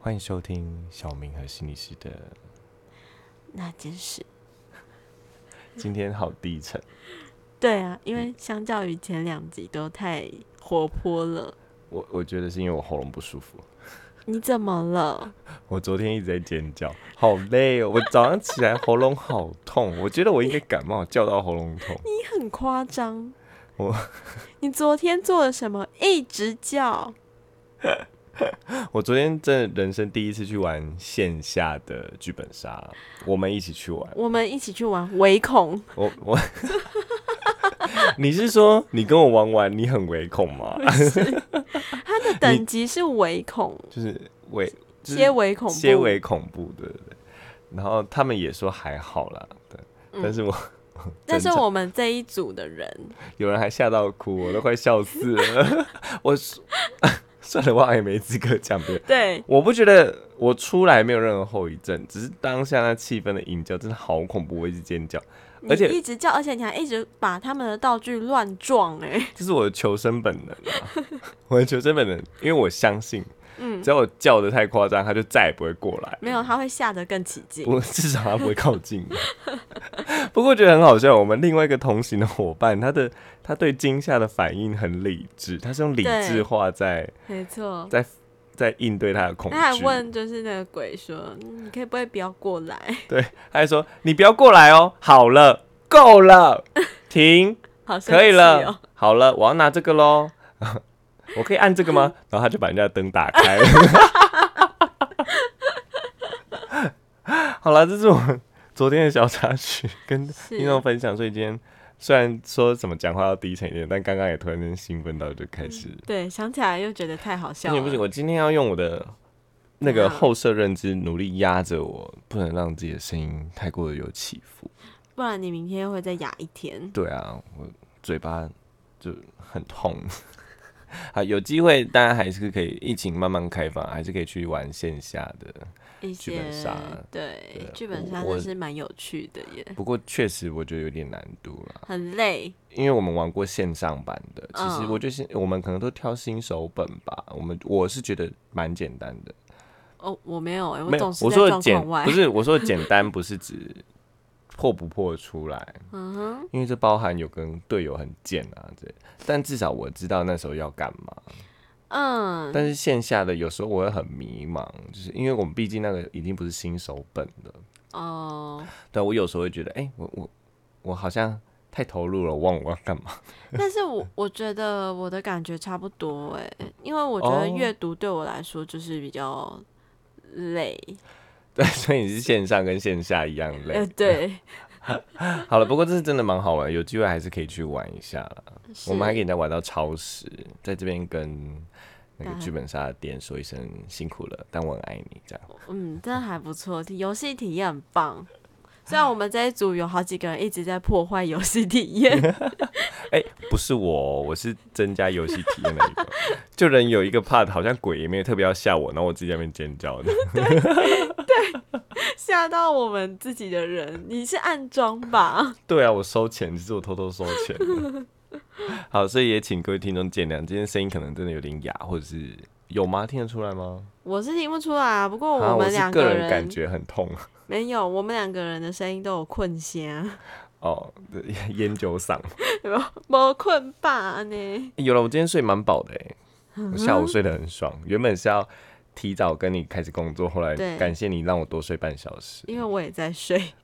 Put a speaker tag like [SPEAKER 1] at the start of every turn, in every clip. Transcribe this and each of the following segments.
[SPEAKER 1] 欢迎收听小明和心理师的。
[SPEAKER 2] 那件事。
[SPEAKER 1] 今天好低沉，
[SPEAKER 2] 对啊，因
[SPEAKER 1] 嗯
[SPEAKER 2] 为相较于前两集都太活泼了，
[SPEAKER 1] 我我觉得是因为我喉咙不舒服。
[SPEAKER 2] 你怎么了？
[SPEAKER 1] 我昨天一直在尖叫，好累哦！我早上起来喉咙好痛，我觉得我应该感冒，叫到喉咙痛。
[SPEAKER 2] 你很夸张。
[SPEAKER 1] 我，
[SPEAKER 2] 你昨天做了什么？一直叫。
[SPEAKER 1] 我昨天真的人生第一次去玩线下的剧本杀，我们一起去玩。
[SPEAKER 2] 我们一起去玩唯恐，
[SPEAKER 1] 我我， 你是说你跟我玩完你很唯恐吗？
[SPEAKER 2] 它的等级是唯恐，
[SPEAKER 1] 就是唯就是
[SPEAKER 2] 些唯恐怖，
[SPEAKER 1] 些微恐怖，对对对。然后他们也说还好啦，对，
[SPEAKER 2] 嗯
[SPEAKER 1] 但是我。
[SPEAKER 2] 但是
[SPEAKER 1] 真的
[SPEAKER 2] 我们这一组的人，
[SPEAKER 1] 有人还吓到哭，我都快笑死了。 我 算了，我好像也没资格讲别人。
[SPEAKER 2] 对，
[SPEAKER 1] 我不觉得我出来没有任何后遗症，只是当下那气氛的营叫真的好恐怖，我一直尖叫，
[SPEAKER 2] 你
[SPEAKER 1] 而且
[SPEAKER 2] 一直叫，而且你还一直把他们的道具乱撞、哎，
[SPEAKER 1] 这是我的求生本能啊！ 我的求生本能，因为我相信，
[SPEAKER 2] 嗯
[SPEAKER 1] 只要我叫的太夸张，他就再也不会过来。
[SPEAKER 2] 没有，他会吓得更起劲。
[SPEAKER 1] 不，至少他不会靠近我。 不过我觉得很好笑，我们另外一个同行的伙伴，他的他对惊吓的反应很理智，他是用理智
[SPEAKER 2] 对
[SPEAKER 1] 化在
[SPEAKER 2] 没错。
[SPEAKER 1] 在在应对他的恐惧。
[SPEAKER 2] 他还问，就是那个鬼说：“嗯你可以不会不要过来
[SPEAKER 1] 对，他还说你不要过来哦，好了，够 了，停，？”
[SPEAKER 2] 好生气哦，
[SPEAKER 1] 可以了，好了，我要拿这个喽， 我可以按这个吗？然后他就把人家的灯打开 了。好了，这是我昨天的小插曲，跟
[SPEAKER 2] 是
[SPEAKER 1] 听众分享。所以今天虽然说怎么讲话要低沉一点，但刚刚也突然间兴奋到就开始。
[SPEAKER 2] 对，想起来又觉得太好笑
[SPEAKER 1] 不行不行，
[SPEAKER 2] 了。
[SPEAKER 1] 我今天要用我的那
[SPEAKER 2] 怎
[SPEAKER 1] 个
[SPEAKER 2] 么样
[SPEAKER 1] 后摄认知努力压着我，不能让自己的声音太过的有起伏。
[SPEAKER 2] 不然你明天会再哑一天。
[SPEAKER 1] 对啊，我嘴巴就很痛。 啊，有机会大家还是可以，疫情慢慢开放，还是可以去玩线下的。
[SPEAKER 2] 一
[SPEAKER 1] 剧
[SPEAKER 2] 些
[SPEAKER 1] 本杀
[SPEAKER 2] 对
[SPEAKER 1] 啊
[SPEAKER 2] 剧本杀
[SPEAKER 1] 我
[SPEAKER 2] 真是蛮有趣的耶，
[SPEAKER 1] 不过确实我觉得有点难度啦，
[SPEAKER 2] 很累。
[SPEAKER 1] 因为我们玩过线上版的，其实
[SPEAKER 2] 嗯
[SPEAKER 1] 我就是我们可能都挑新手本吧。我们我是觉得蛮简单的，
[SPEAKER 2] 哦，我没有哎、
[SPEAKER 1] 没有
[SPEAKER 2] 总是
[SPEAKER 1] 我
[SPEAKER 2] 在
[SPEAKER 1] 说的
[SPEAKER 2] 状
[SPEAKER 1] 简
[SPEAKER 2] 况外
[SPEAKER 1] 不。是我说的简单，不是指破不破得出来，
[SPEAKER 2] 嗯哼，
[SPEAKER 1] 因为这包含有跟队友很贱啊这，但至少我知道那时候要干嘛。
[SPEAKER 2] 嗯，
[SPEAKER 1] 但是线下的有时候我会很迷茫，就是因为我们毕竟那个已经不是新手本了，
[SPEAKER 2] 哦，
[SPEAKER 1] 对我有时候会觉得，哎、我我我好像太投入了，我忘了我要干嘛。
[SPEAKER 2] 但是我 我觉得我的感觉差不多哎、因为我觉得
[SPEAKER 1] 哦
[SPEAKER 2] 阅读对我来说就是比较累。
[SPEAKER 1] 对，所以你是线上跟线下一样
[SPEAKER 2] 呃，
[SPEAKER 1] 累。
[SPEAKER 2] 对，
[SPEAKER 1] 好了，不过这是真的蛮好玩，有机会还是可以去玩一下啦。
[SPEAKER 2] 是
[SPEAKER 1] 我们还可以再玩到超时，在这边跟那
[SPEAKER 2] 大
[SPEAKER 1] 个
[SPEAKER 2] 家
[SPEAKER 1] 剧本杀的店说一声辛苦了，但我很爱你这样。
[SPEAKER 2] 嗯，真的还不错，体游戏体验很棒。虽然我们这一组有好几个人一直在破坏游戏体验，
[SPEAKER 1] 哎、不是我哦，我是增加游戏体验的一个。 就人有一个 part，好像鬼也没有特别要吓我，然后我自己在那边尖叫 的。
[SPEAKER 2] 吓到我们自己的人。你是暗装吧？
[SPEAKER 1] 对啊，我收钱，其实我偷偷收钱的。 好，所以也请各位听众见谅，今天声音可能真的有点哑，或者是有吗？听得出来吗？
[SPEAKER 2] 我是听不出来啊，不过
[SPEAKER 1] 啊
[SPEAKER 2] 们
[SPEAKER 1] 是
[SPEAKER 2] 两
[SPEAKER 1] 个
[SPEAKER 2] 人,、
[SPEAKER 1] 人感觉很痛
[SPEAKER 2] 没有，我们两个人的声音都有困啊先，
[SPEAKER 1] 哦，对 烟酒嗓。
[SPEAKER 2] 没困吧呢？
[SPEAKER 1] 有了，我今天睡蛮饱的哎，
[SPEAKER 2] 嗯
[SPEAKER 1] 我下午睡得很爽。原本是要提早跟你开始工作，后来
[SPEAKER 2] 对
[SPEAKER 1] 感谢你让我多睡半小时。
[SPEAKER 2] 因为我也在睡，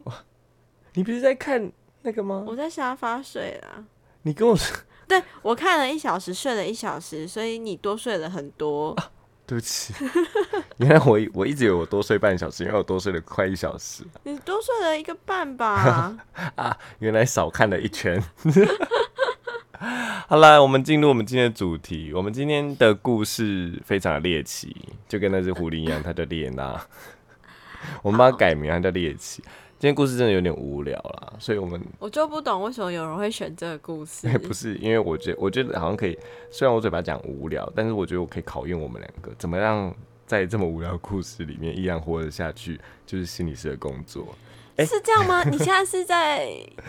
[SPEAKER 1] 你不是在看那个吗？
[SPEAKER 2] 我在沙发睡啦。
[SPEAKER 1] 你跟我说，
[SPEAKER 2] 对，我看了一小时，睡了一小时，所以你多睡了很 多。
[SPEAKER 1] 对不起，原来我我一直以为我多睡半小时，因为我多睡了快一小时。
[SPEAKER 2] 你多睡了一个半吧？
[SPEAKER 1] 啊，原来少看了一圈。 好了，我们进入我们今天的主题。我们今天的故事非常的猎奇，就跟那只狐狸一样，它叫列娜。 我们把它改名，它叫猎奇。今天故事真的有点无聊啦，所以我们
[SPEAKER 2] 我就不懂为什么有人会选这个故事
[SPEAKER 1] 。不是因为我觉得，我觉得好像可以，虽然我嘴巴讲无聊，但是我觉得我可以考验我们两个，怎么样在这么无聊的故事里面依然活得下去，就是心理师的工作。哎
[SPEAKER 2] 是这样吗？ 你现在是在，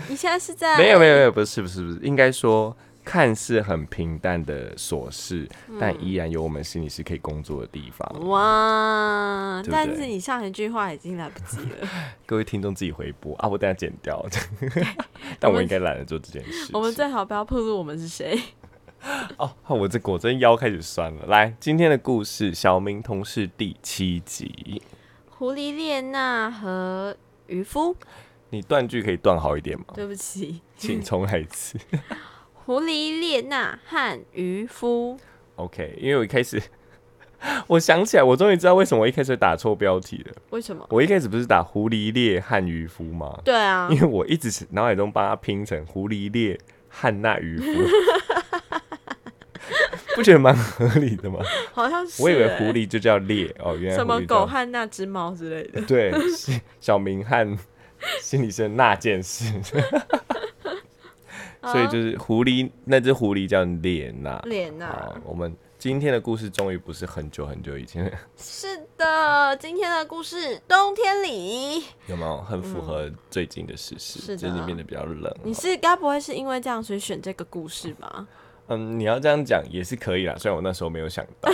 [SPEAKER 2] 你现在是在
[SPEAKER 1] 没有没有没有，不是不是不是，应该说看似很平淡的琐事，但依然有我们心理师可以工作的地方。
[SPEAKER 2] 哇，
[SPEAKER 1] 对不
[SPEAKER 2] 但
[SPEAKER 1] 对
[SPEAKER 2] 是你上一句话已经来不及了。
[SPEAKER 1] 各位听众自己回播啊，我等下剪掉。但我应该懒得做这件事情。
[SPEAKER 2] 我们最好不要暴露我们 是谁。
[SPEAKER 1] 哦，我这果真腰开始酸了。来，今天的故事《小明同事》第七集，
[SPEAKER 2] 狐狸列娜和渔夫，
[SPEAKER 1] 你断句可以断好一点吗？
[SPEAKER 2] 哦对不起，
[SPEAKER 1] 请重来一次。
[SPEAKER 2] 狐狸列娜和渔夫。
[SPEAKER 1] OK，因为我一开始， 我想起来，我终于知道为什么我一开始打错标题了。
[SPEAKER 2] 为什么？
[SPEAKER 1] 我一开始不是打狐狸猎和渔夫吗？
[SPEAKER 2] 对啊
[SPEAKER 1] 因，为我一直脑海中把它拼成狐狸猎汉那渔夫， 不觉得蛮合理的吗？
[SPEAKER 2] 好像是、欸。
[SPEAKER 1] 我以为狐狸就叫猎哦，原来
[SPEAKER 2] 什
[SPEAKER 1] 狐
[SPEAKER 2] 么
[SPEAKER 1] 狸
[SPEAKER 2] 狗
[SPEAKER 1] 叫
[SPEAKER 2] 和那只猫之类的。
[SPEAKER 1] 对，是小明和心理生那件 事，所
[SPEAKER 2] 啊
[SPEAKER 1] 以就是狐狸那只狐狸叫列娜。哦
[SPEAKER 2] 列娜
[SPEAKER 1] 好，我们今天的故事终于不是很久很久以前，
[SPEAKER 2] 是的，今天的故事冬天里，
[SPEAKER 1] 有没有很符合最近的时事？
[SPEAKER 2] 嗯是的
[SPEAKER 1] 最近变得比较冷哦。
[SPEAKER 2] 你是该不会是因为这样所以选这个故事吧？
[SPEAKER 1] 嗯，你要这样讲也是可以啦，虽然我那时候没有想到。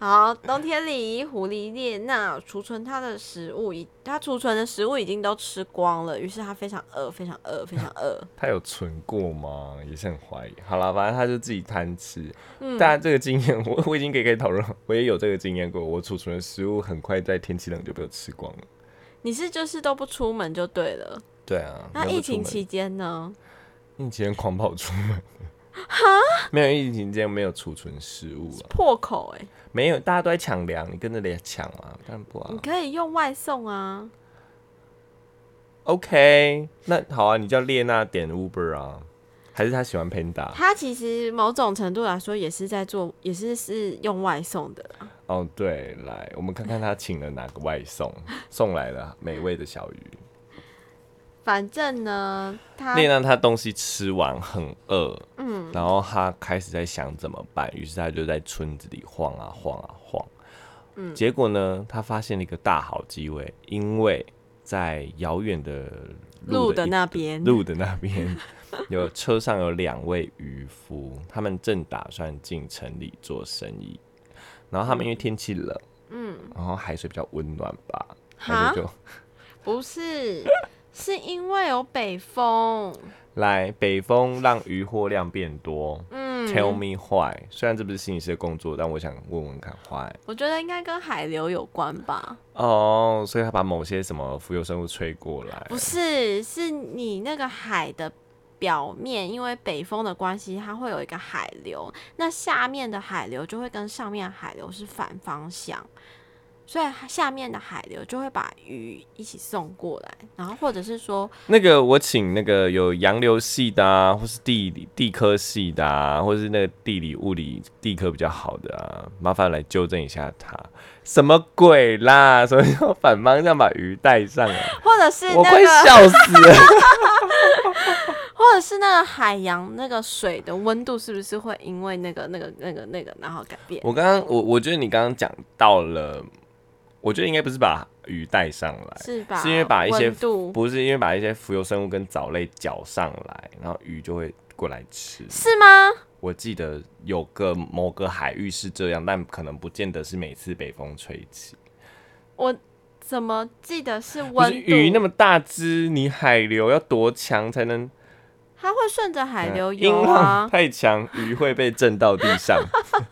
[SPEAKER 2] 好，冬天里，狐狸列娜储存它的食物，已它储存的食物已经都吃光了，于是它非常饿，非常饿，非常 饿。
[SPEAKER 1] 他有存过吗？也是很怀疑。好啦，反正他就自己贪吃。
[SPEAKER 2] 嗯
[SPEAKER 1] 大家这个经验， 我我已经可以跟你讨论了，我也有这个经验过。我储存的食物很快在天气冷就被我吃光了。
[SPEAKER 2] 你是就是都不出门就对了。
[SPEAKER 1] 对啊，
[SPEAKER 2] 那
[SPEAKER 1] 没有
[SPEAKER 2] 疫
[SPEAKER 1] 不出
[SPEAKER 2] 情
[SPEAKER 1] 门
[SPEAKER 2] 期间呢？
[SPEAKER 1] 疫情期间狂跑出门。没有疫情期间没有储存食物啊，
[SPEAKER 2] 破口哎、
[SPEAKER 1] 没有，大家都在抢粮，你跟着来抢啊，当然不啊
[SPEAKER 2] 你。可以用外送啊。
[SPEAKER 1] OK，那好啊，你叫列娜点 Uber 啊，还是他喜欢 Panda？
[SPEAKER 2] 它其实某种程度来说也是在做，也是是用外送的啦。
[SPEAKER 1] 哦，对，来，我们看看他请了哪个外送，送来了美味的小鱼。
[SPEAKER 2] 反正呢，它
[SPEAKER 1] 列娜她东西吃完很饿，嗯，然后她开始在想怎么办，于是她就在村子里晃啊晃啊晃，嗯，结果呢，她发现了一个大好机会，因为在遥远的
[SPEAKER 2] 路
[SPEAKER 1] 的
[SPEAKER 2] 的
[SPEAKER 1] 一
[SPEAKER 2] 那边，
[SPEAKER 1] 路的那边 有车上有两位渔夫，他们正打算进城里做生意，然后他们因为天气冷，嗯，然后海水比较温暖吧，
[SPEAKER 2] 哈
[SPEAKER 1] 海水就
[SPEAKER 2] 不是，是因为有北风。
[SPEAKER 1] 来北风让渔获量变多。Tell
[SPEAKER 2] 嗯，
[SPEAKER 1] me why？虽然这不是心理师的工作，但我想问问看 why。
[SPEAKER 2] 我觉得应该跟海流有关吧？
[SPEAKER 1] 哦、所以他把某些什么浮游生物吹过来
[SPEAKER 2] 不，是，是你那个海的表面，因为北风的关系，它会有一个海流，那下面的海流就会跟上面的海流是反方向。所以下面的海流就会把鱼一起送过来，然后或者是说
[SPEAKER 1] 那个我请那个有洋流系的啊，或是地理地科系的啊，或是那个地理物理地科比较好的啊，麻烦来纠正一下他。什么鬼啦？什么叫反方向把鱼带上来？
[SPEAKER 2] 或者是
[SPEAKER 1] 我
[SPEAKER 2] 那
[SPEAKER 1] 快
[SPEAKER 2] 个，
[SPEAKER 1] 笑死了！
[SPEAKER 2] 或者是那个海洋那个水的温度是不是会因为那个那个那个那个然后改变？
[SPEAKER 1] 我刚刚我我觉得你刚刚讲到了，我觉得应该不是把鱼带上来，
[SPEAKER 2] 是吧？
[SPEAKER 1] 是因为把一些
[SPEAKER 2] 温度
[SPEAKER 1] 不是因为把一些浮游生物跟藻类搅上来，然后鱼就会过来吃。
[SPEAKER 2] 是吗？
[SPEAKER 1] 我记得有个某个海域是这样，但可能不见得是每次北风吹起。
[SPEAKER 2] 我怎么记得是
[SPEAKER 1] 不
[SPEAKER 2] 温
[SPEAKER 1] 是
[SPEAKER 2] 度？
[SPEAKER 1] 鱼那么大只，你海流要多强才能？嗯
[SPEAKER 2] 它会顺着海流
[SPEAKER 1] 音
[SPEAKER 2] 游
[SPEAKER 1] 浪
[SPEAKER 2] 啊！
[SPEAKER 1] 太强，鱼会被震到地上。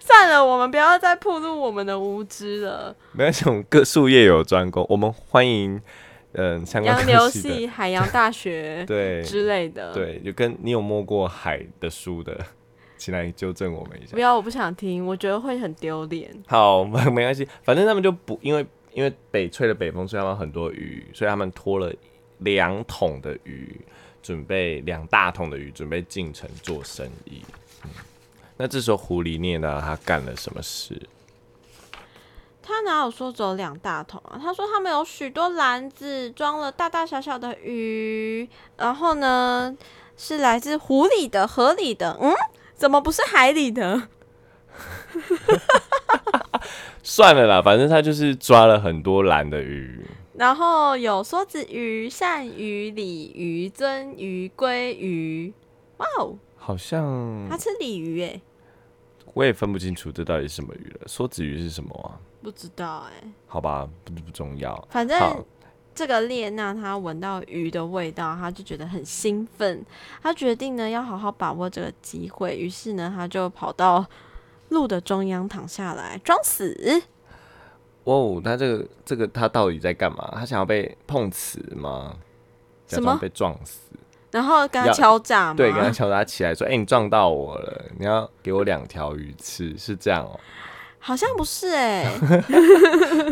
[SPEAKER 2] 算了，我们不要再暴露我们的无知了。
[SPEAKER 1] 没关系，我们各术业有专攻，我们欢迎嗯、呃相关
[SPEAKER 2] 洋流
[SPEAKER 1] 科系的。
[SPEAKER 2] 系、海洋大学
[SPEAKER 1] 对
[SPEAKER 2] 之类的。，
[SPEAKER 1] 对，就跟你有摸过海的书的， 请来纠正我们一下
[SPEAKER 2] 不。要，我不想听，我觉得会很丢脸。
[SPEAKER 1] 好， 没没关系，反正他们就不因为因为北吹了北风，所以他们很多鱼，所以他们拖了两桶的鱼，准备两大桶的鱼，准备进城做生意。嗯那这时候狐狸念到他干了什么事？
[SPEAKER 2] 他哪有说只有两大桶啊？他说他们有许多篮子装了大大小小的鱼，然后呢是来自湖里的、河里的，嗯，怎么不是海里的？
[SPEAKER 1] 算了啦，反正他就是抓了很多蓝的鱼，
[SPEAKER 2] 然后有梭子鱼、鳝鱼、鲤鱼、鳟鱼、鲑鱼。哇哦，
[SPEAKER 1] 好像
[SPEAKER 2] 他吃鲤鱼诶，
[SPEAKER 1] 我也分不清楚这到底是什么鱼了。梭子鱼是什么啊？
[SPEAKER 2] 不知道哎、
[SPEAKER 1] 好吧，不不重要。
[SPEAKER 2] 反
[SPEAKER 1] 好
[SPEAKER 2] 正这个列娜她闻到鱼的味道，她就觉得很兴奋，她决定呢要好好把握这个机会，于是呢她就跑到路的中央躺下来装死。
[SPEAKER 1] 哦，他这个这个他到底在干嘛？他想要被碰瓷吗？假
[SPEAKER 2] 什
[SPEAKER 1] 装
[SPEAKER 2] 么
[SPEAKER 1] 被撞死？
[SPEAKER 2] 然后跟他
[SPEAKER 1] 要
[SPEAKER 2] 敲诈嘛，
[SPEAKER 1] 对，跟他敲打起来说：“哎、你撞到我了，你要给我两条鱼吃。”是这样哦、
[SPEAKER 2] 好像不是哎、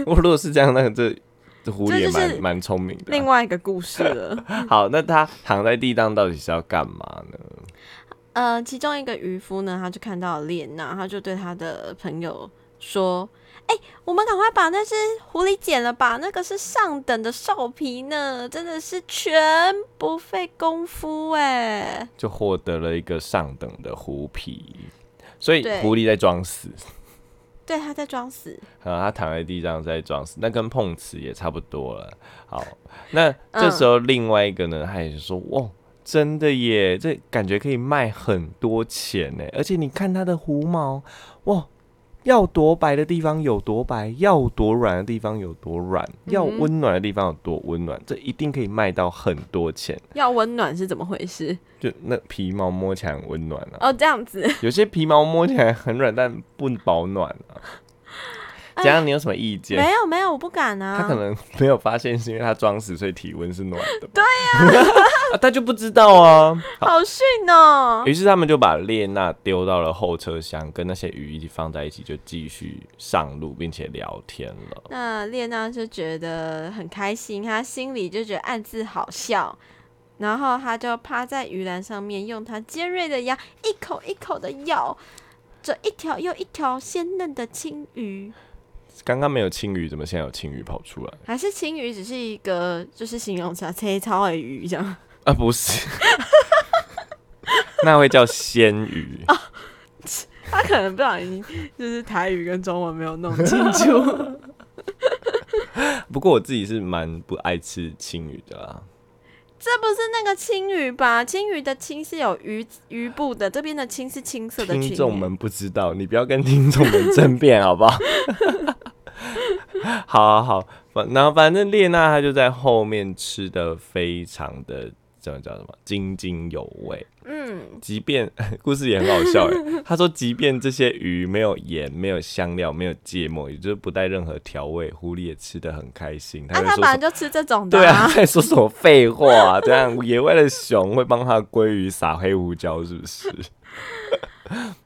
[SPEAKER 1] 我如果是这样，那个这这狐狸也
[SPEAKER 2] 这就
[SPEAKER 1] 蛮
[SPEAKER 2] 是
[SPEAKER 1] 蛮聪明的
[SPEAKER 2] 另
[SPEAKER 1] 啊、
[SPEAKER 2] 外一个故事了。
[SPEAKER 1] 好，那他躺在地上到底是要干嘛呢？
[SPEAKER 2] 呃，其中一个渔夫呢，他就看到了列娜，他就对他的朋友说：“哎、我们赶快把那只狐狸剪了吧，那个是上等的兽皮呢，真的是全不费功夫哎、
[SPEAKER 1] 就获得了一个上等的狐皮，所以
[SPEAKER 2] 对
[SPEAKER 1] 狐狸在装死，
[SPEAKER 2] 对，他在装死。
[SPEAKER 1] 然后他躺在地上在装死，那跟碰瓷也差不多了。好，那这时候另外一个呢，他也是说，哇，真的耶，这感觉可以卖很多钱呢。而且你看它的狐毛，哇，要多白的地方有多白，要多软的地方有多软，要
[SPEAKER 2] 嗯哼
[SPEAKER 1] 温暖的地方有多温暖，这一定可以卖到很多钱。
[SPEAKER 2] 要温暖是怎么回事？
[SPEAKER 1] 就那皮毛摸起来很温暖啊。
[SPEAKER 2] 哦，这样子，
[SPEAKER 1] 有些皮毛摸起来很软，但不保暖啊。怎样？你有什么意见？
[SPEAKER 2] 没有没有，我不敢啊。
[SPEAKER 1] 他可能没有发现，是因为他装死，所以体温是暖的。对呀、 啊，他就不知道啊。
[SPEAKER 2] 好逊哦、
[SPEAKER 1] 于是他们就把列娜丢到了后车厢，跟那些鱼一起放在一起，就继续上路，并且聊天了。
[SPEAKER 2] 那列娜就觉得很开心，她心里就觉得暗自好笑，然后她就趴在鱼篮上面，用她尖锐的牙一口一口的咬这一条又一条鲜嫩的青鱼，
[SPEAKER 1] 刚刚没有青鱼，怎么现在有青鱼跑出来？
[SPEAKER 2] 还是青鱼只是一个就是形容词啊，切超的鱼这样，
[SPEAKER 1] 啊，不是， 那会叫鲜鱼。
[SPEAKER 2] 她可能不小心就是台语跟中文没有弄清 楚。
[SPEAKER 1] 不过我自己是蛮不爱吃青鱼的啦。
[SPEAKER 2] 这不是那个青鱼吧？青鱼的青是有鱼鱼部的，这边的青是青色的青。
[SPEAKER 1] 听众们不知道，你不要跟听众们争辩，好不好？ 好好好，反然后反正列娜她就在后面吃的非常的怎么叫什么津津有味，
[SPEAKER 2] 嗯，
[SPEAKER 1] 即便故事也很好笑哎，他说即便这些鱼没有盐、没有香料、没有芥末，也就是不带任何调味，狐狸也吃的很开心。
[SPEAKER 2] 啊，
[SPEAKER 1] 会
[SPEAKER 2] 他
[SPEAKER 1] 说
[SPEAKER 2] 本
[SPEAKER 1] 什
[SPEAKER 2] 来
[SPEAKER 1] 么？
[SPEAKER 2] 就吃这种的、
[SPEAKER 1] 对啊，在说什么废话、啊？这样 野外的熊会帮它的鲑鱼撒黑胡椒，是不是？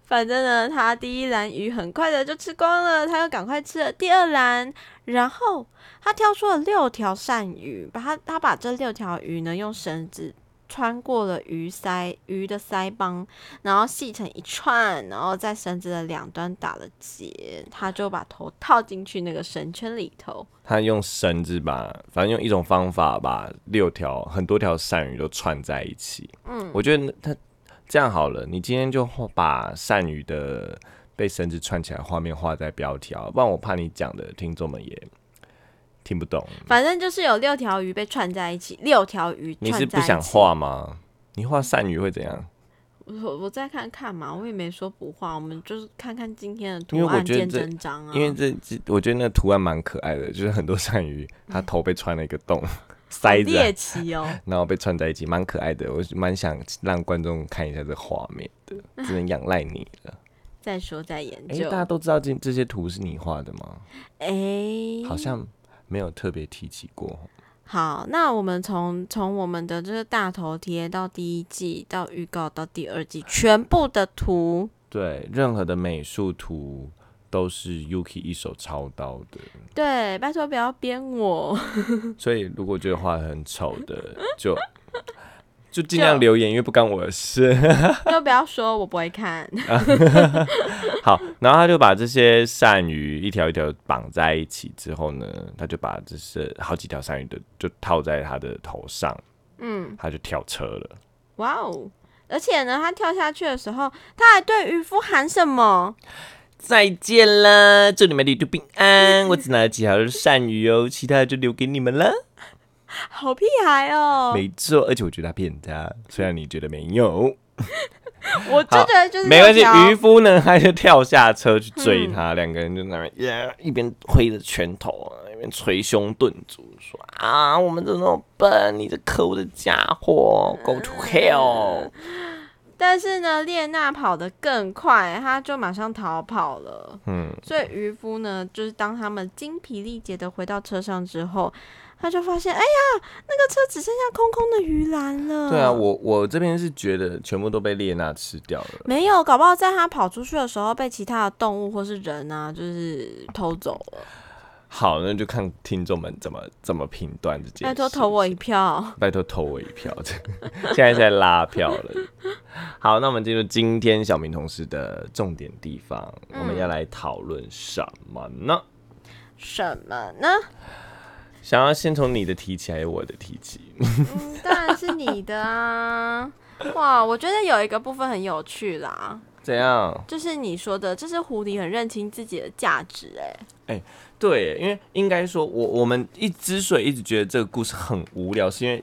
[SPEAKER 2] 反正呢，他第一篮鱼很快的就吃光了，他又赶快吃了第二篮，然后他挑出了六条鳝鱼，把他他把这六条鱼呢用绳子穿过了鱼鳃鱼的腮帮，然后系成一串，然后在绳子的两端打了结，他就把头套进去那个绳圈里头。
[SPEAKER 1] 他用绳子把，反正用一种方法把六条很多条鳝鱼都串在一起。嗯，我觉得他这样好了，你今天就画把鳝鱼的被绳子串起来的画面画在标题啊，不然我怕你讲的听众们也听不懂。
[SPEAKER 2] 反正就是有六条鱼被串在一起，六条鱼
[SPEAKER 1] 你
[SPEAKER 2] 串在
[SPEAKER 1] 是
[SPEAKER 2] 一起。
[SPEAKER 1] 不想画吗？你画鳝鱼会怎样？
[SPEAKER 2] 我我再看看嘛，我也没说不画，我们就是看看今天的
[SPEAKER 1] 因
[SPEAKER 2] 图
[SPEAKER 1] 为我
[SPEAKER 2] 案
[SPEAKER 1] 觉得
[SPEAKER 2] 见
[SPEAKER 1] 这
[SPEAKER 2] 真章啊。
[SPEAKER 1] 因为这这，我觉得那图案蛮可爱的，就是很多鳝鱼，它头被穿了一个洞，塞着，
[SPEAKER 2] 猎 奇哦，
[SPEAKER 1] 然后被串在一起，蛮可爱的。我是蛮想让观众看一下这画面的，只能仰赖你了。
[SPEAKER 2] 再说再研
[SPEAKER 1] 哎、
[SPEAKER 2] 究
[SPEAKER 1] 大。家都知道这这些图是你画的吗？
[SPEAKER 2] 哎、
[SPEAKER 1] 好像没有特别提起过。
[SPEAKER 2] 好，那我们从从我们的这个大头贴到第一季到预告到第二季，全部的图，
[SPEAKER 1] 对，任何的美术图都是 Yuki 一手操刀的，
[SPEAKER 2] 对，拜托不要编我。
[SPEAKER 1] 所以如果觉得画得很丑的，就就尽量留言，因为不干我的事。
[SPEAKER 2] 都不要说，我不会看。
[SPEAKER 1] 好，然后他就把这些鳝鱼一条一条绑在一起之后呢，他就把这些好几条鳝鱼的就套在他的头上，嗯，他就跳车了。
[SPEAKER 2] 哇哦！而且呢，他跳下去的时候，他还对渔夫喊什么？
[SPEAKER 1] 再见啦！祝你们旅途平安。 我只拿了几条鳝鱼哦，其他的就留给你们了。
[SPEAKER 2] 好屁孩哦！
[SPEAKER 1] 没错，而且我觉得他骗他，虽然你觉得没有。
[SPEAKER 2] 我就觉得就是
[SPEAKER 1] 没关系
[SPEAKER 2] 这，条
[SPEAKER 1] 渔夫呢， 他就跳下车去追
[SPEAKER 2] 嗯
[SPEAKER 1] 他，两、个人就那边呀，一边挥着拳头，啊一边捶胸顿足，说啊，我们这种笨，你这可恶的家伙，Go
[SPEAKER 2] 嗯
[SPEAKER 1] to hell！
[SPEAKER 2] 但是呢，列娜跑得更快，她就马上逃跑了。
[SPEAKER 1] 嗯，
[SPEAKER 2] 所以渔夫呢，就是当他们精疲力竭的回到车上之后，他就发现，哎呀，那个车只剩下空空的鱼篮了。
[SPEAKER 1] 对啊，我我这边是觉得全部都被列娜吃掉了。
[SPEAKER 2] 没有，搞不好在他跑出去的时候被其他的动物或是人啊，就是偷走了。
[SPEAKER 1] 好，那就看听众们怎么怎么评断这件事。
[SPEAKER 2] 拜托投我一票。
[SPEAKER 1] 拜托投我一票，这 现在在拉票了。好，那我们进入今天小明同事的重点地方，
[SPEAKER 2] 嗯
[SPEAKER 1] 我们要来讨论什么呢？
[SPEAKER 2] 什么呢？
[SPEAKER 1] 想要先从你的提起还是我的提起？
[SPEAKER 2] 嗯，当然是你的啊！哇，我觉得有一个部分很有趣啦，
[SPEAKER 1] 怎样？
[SPEAKER 2] 就是你说的，就是狐狸很认清自己的价值、哎，
[SPEAKER 1] 对，因为应该说我我们一之所以一直觉得这个故事很无聊，是因为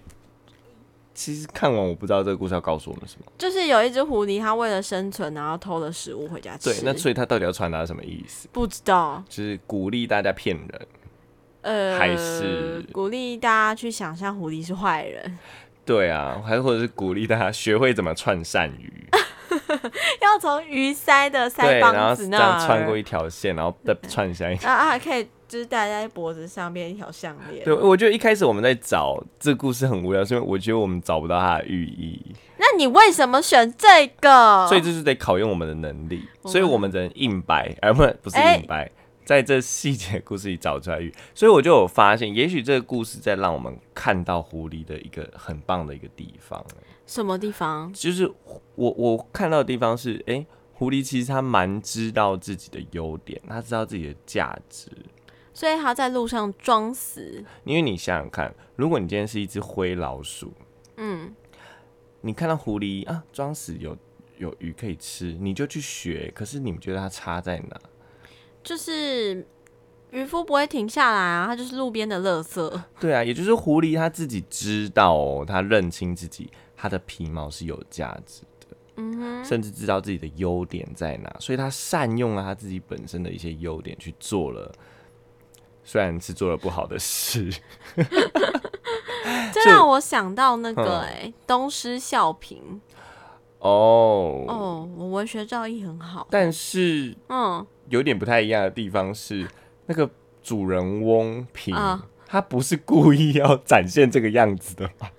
[SPEAKER 1] 其实看完我不知道这个故事要告诉我们什么。
[SPEAKER 2] 就是有一只狐狸，它为了生存，然后偷了食物回家吃。
[SPEAKER 1] 对，那所以他到底要传达什么意思？
[SPEAKER 2] 不知道，
[SPEAKER 1] 就是鼓励大家骗人。
[SPEAKER 2] 呃，
[SPEAKER 1] 还是
[SPEAKER 2] 鼓励大家去想象狐狸是坏人，
[SPEAKER 1] 对啊，还或者是鼓励大家学会怎么串鳝 鱼。
[SPEAKER 2] 要从鱼鳃的
[SPEAKER 1] 对，
[SPEAKER 2] 腮
[SPEAKER 1] 然后
[SPEAKER 2] 帮子
[SPEAKER 1] 这
[SPEAKER 2] 那
[SPEAKER 1] 样
[SPEAKER 2] 儿
[SPEAKER 1] 穿过一条线，然后再串下一条。
[SPEAKER 2] 啊啊，还可以就是戴在脖子上边一条项链。
[SPEAKER 1] 对，我觉得一开始我们在找这故事很无聊，是因为我觉得我们找不到它的寓意，
[SPEAKER 2] 那你为什么选这个？
[SPEAKER 1] 所以这是得考验我们的能力，
[SPEAKER 2] 哦我们
[SPEAKER 1] 所以我们只能硬掰， 而、不是不是
[SPEAKER 2] 哎
[SPEAKER 1] 硬掰，在这细节故事里找出来寓意。所以我就有发现，也许这个故事在让我们看到狐狸的一个很棒的一个地方，
[SPEAKER 2] 什么地方？
[SPEAKER 1] 就是我我看到的地方是，哎、狐狸其实它蛮知道自己的优点，它知道自己的价值，
[SPEAKER 2] 所以他在路上装死。
[SPEAKER 1] 因为你想想看，如果你今天是一只灰老鼠，
[SPEAKER 2] 嗯，
[SPEAKER 1] 你看到狐狸啊装死有有鱼可以吃，你就去学。可是你们觉得它差在哪？
[SPEAKER 2] 就是渔夫不会停下来啊，他就是路边的垃圾。
[SPEAKER 1] 对啊，也就是狐狸它自己知道哦，它认清自己，它的皮毛是有价值的，
[SPEAKER 2] 嗯哼，
[SPEAKER 1] 甚至知道自己的优点在哪，所以它善用了它自己本身的一些优点去做了。虽然是做了不好的事，
[SPEAKER 2] 这
[SPEAKER 1] 这
[SPEAKER 2] 让我想到那
[SPEAKER 1] 嗯
[SPEAKER 2] 个哎、东施效颦。
[SPEAKER 1] 哦，
[SPEAKER 2] 哦，我文学造诣很好。
[SPEAKER 1] 但是
[SPEAKER 2] 嗯，
[SPEAKER 1] 有点不太一样的地方是，那个主人翁平，
[SPEAKER 2] 啊
[SPEAKER 1] 他不是故意要展现这个样子的吧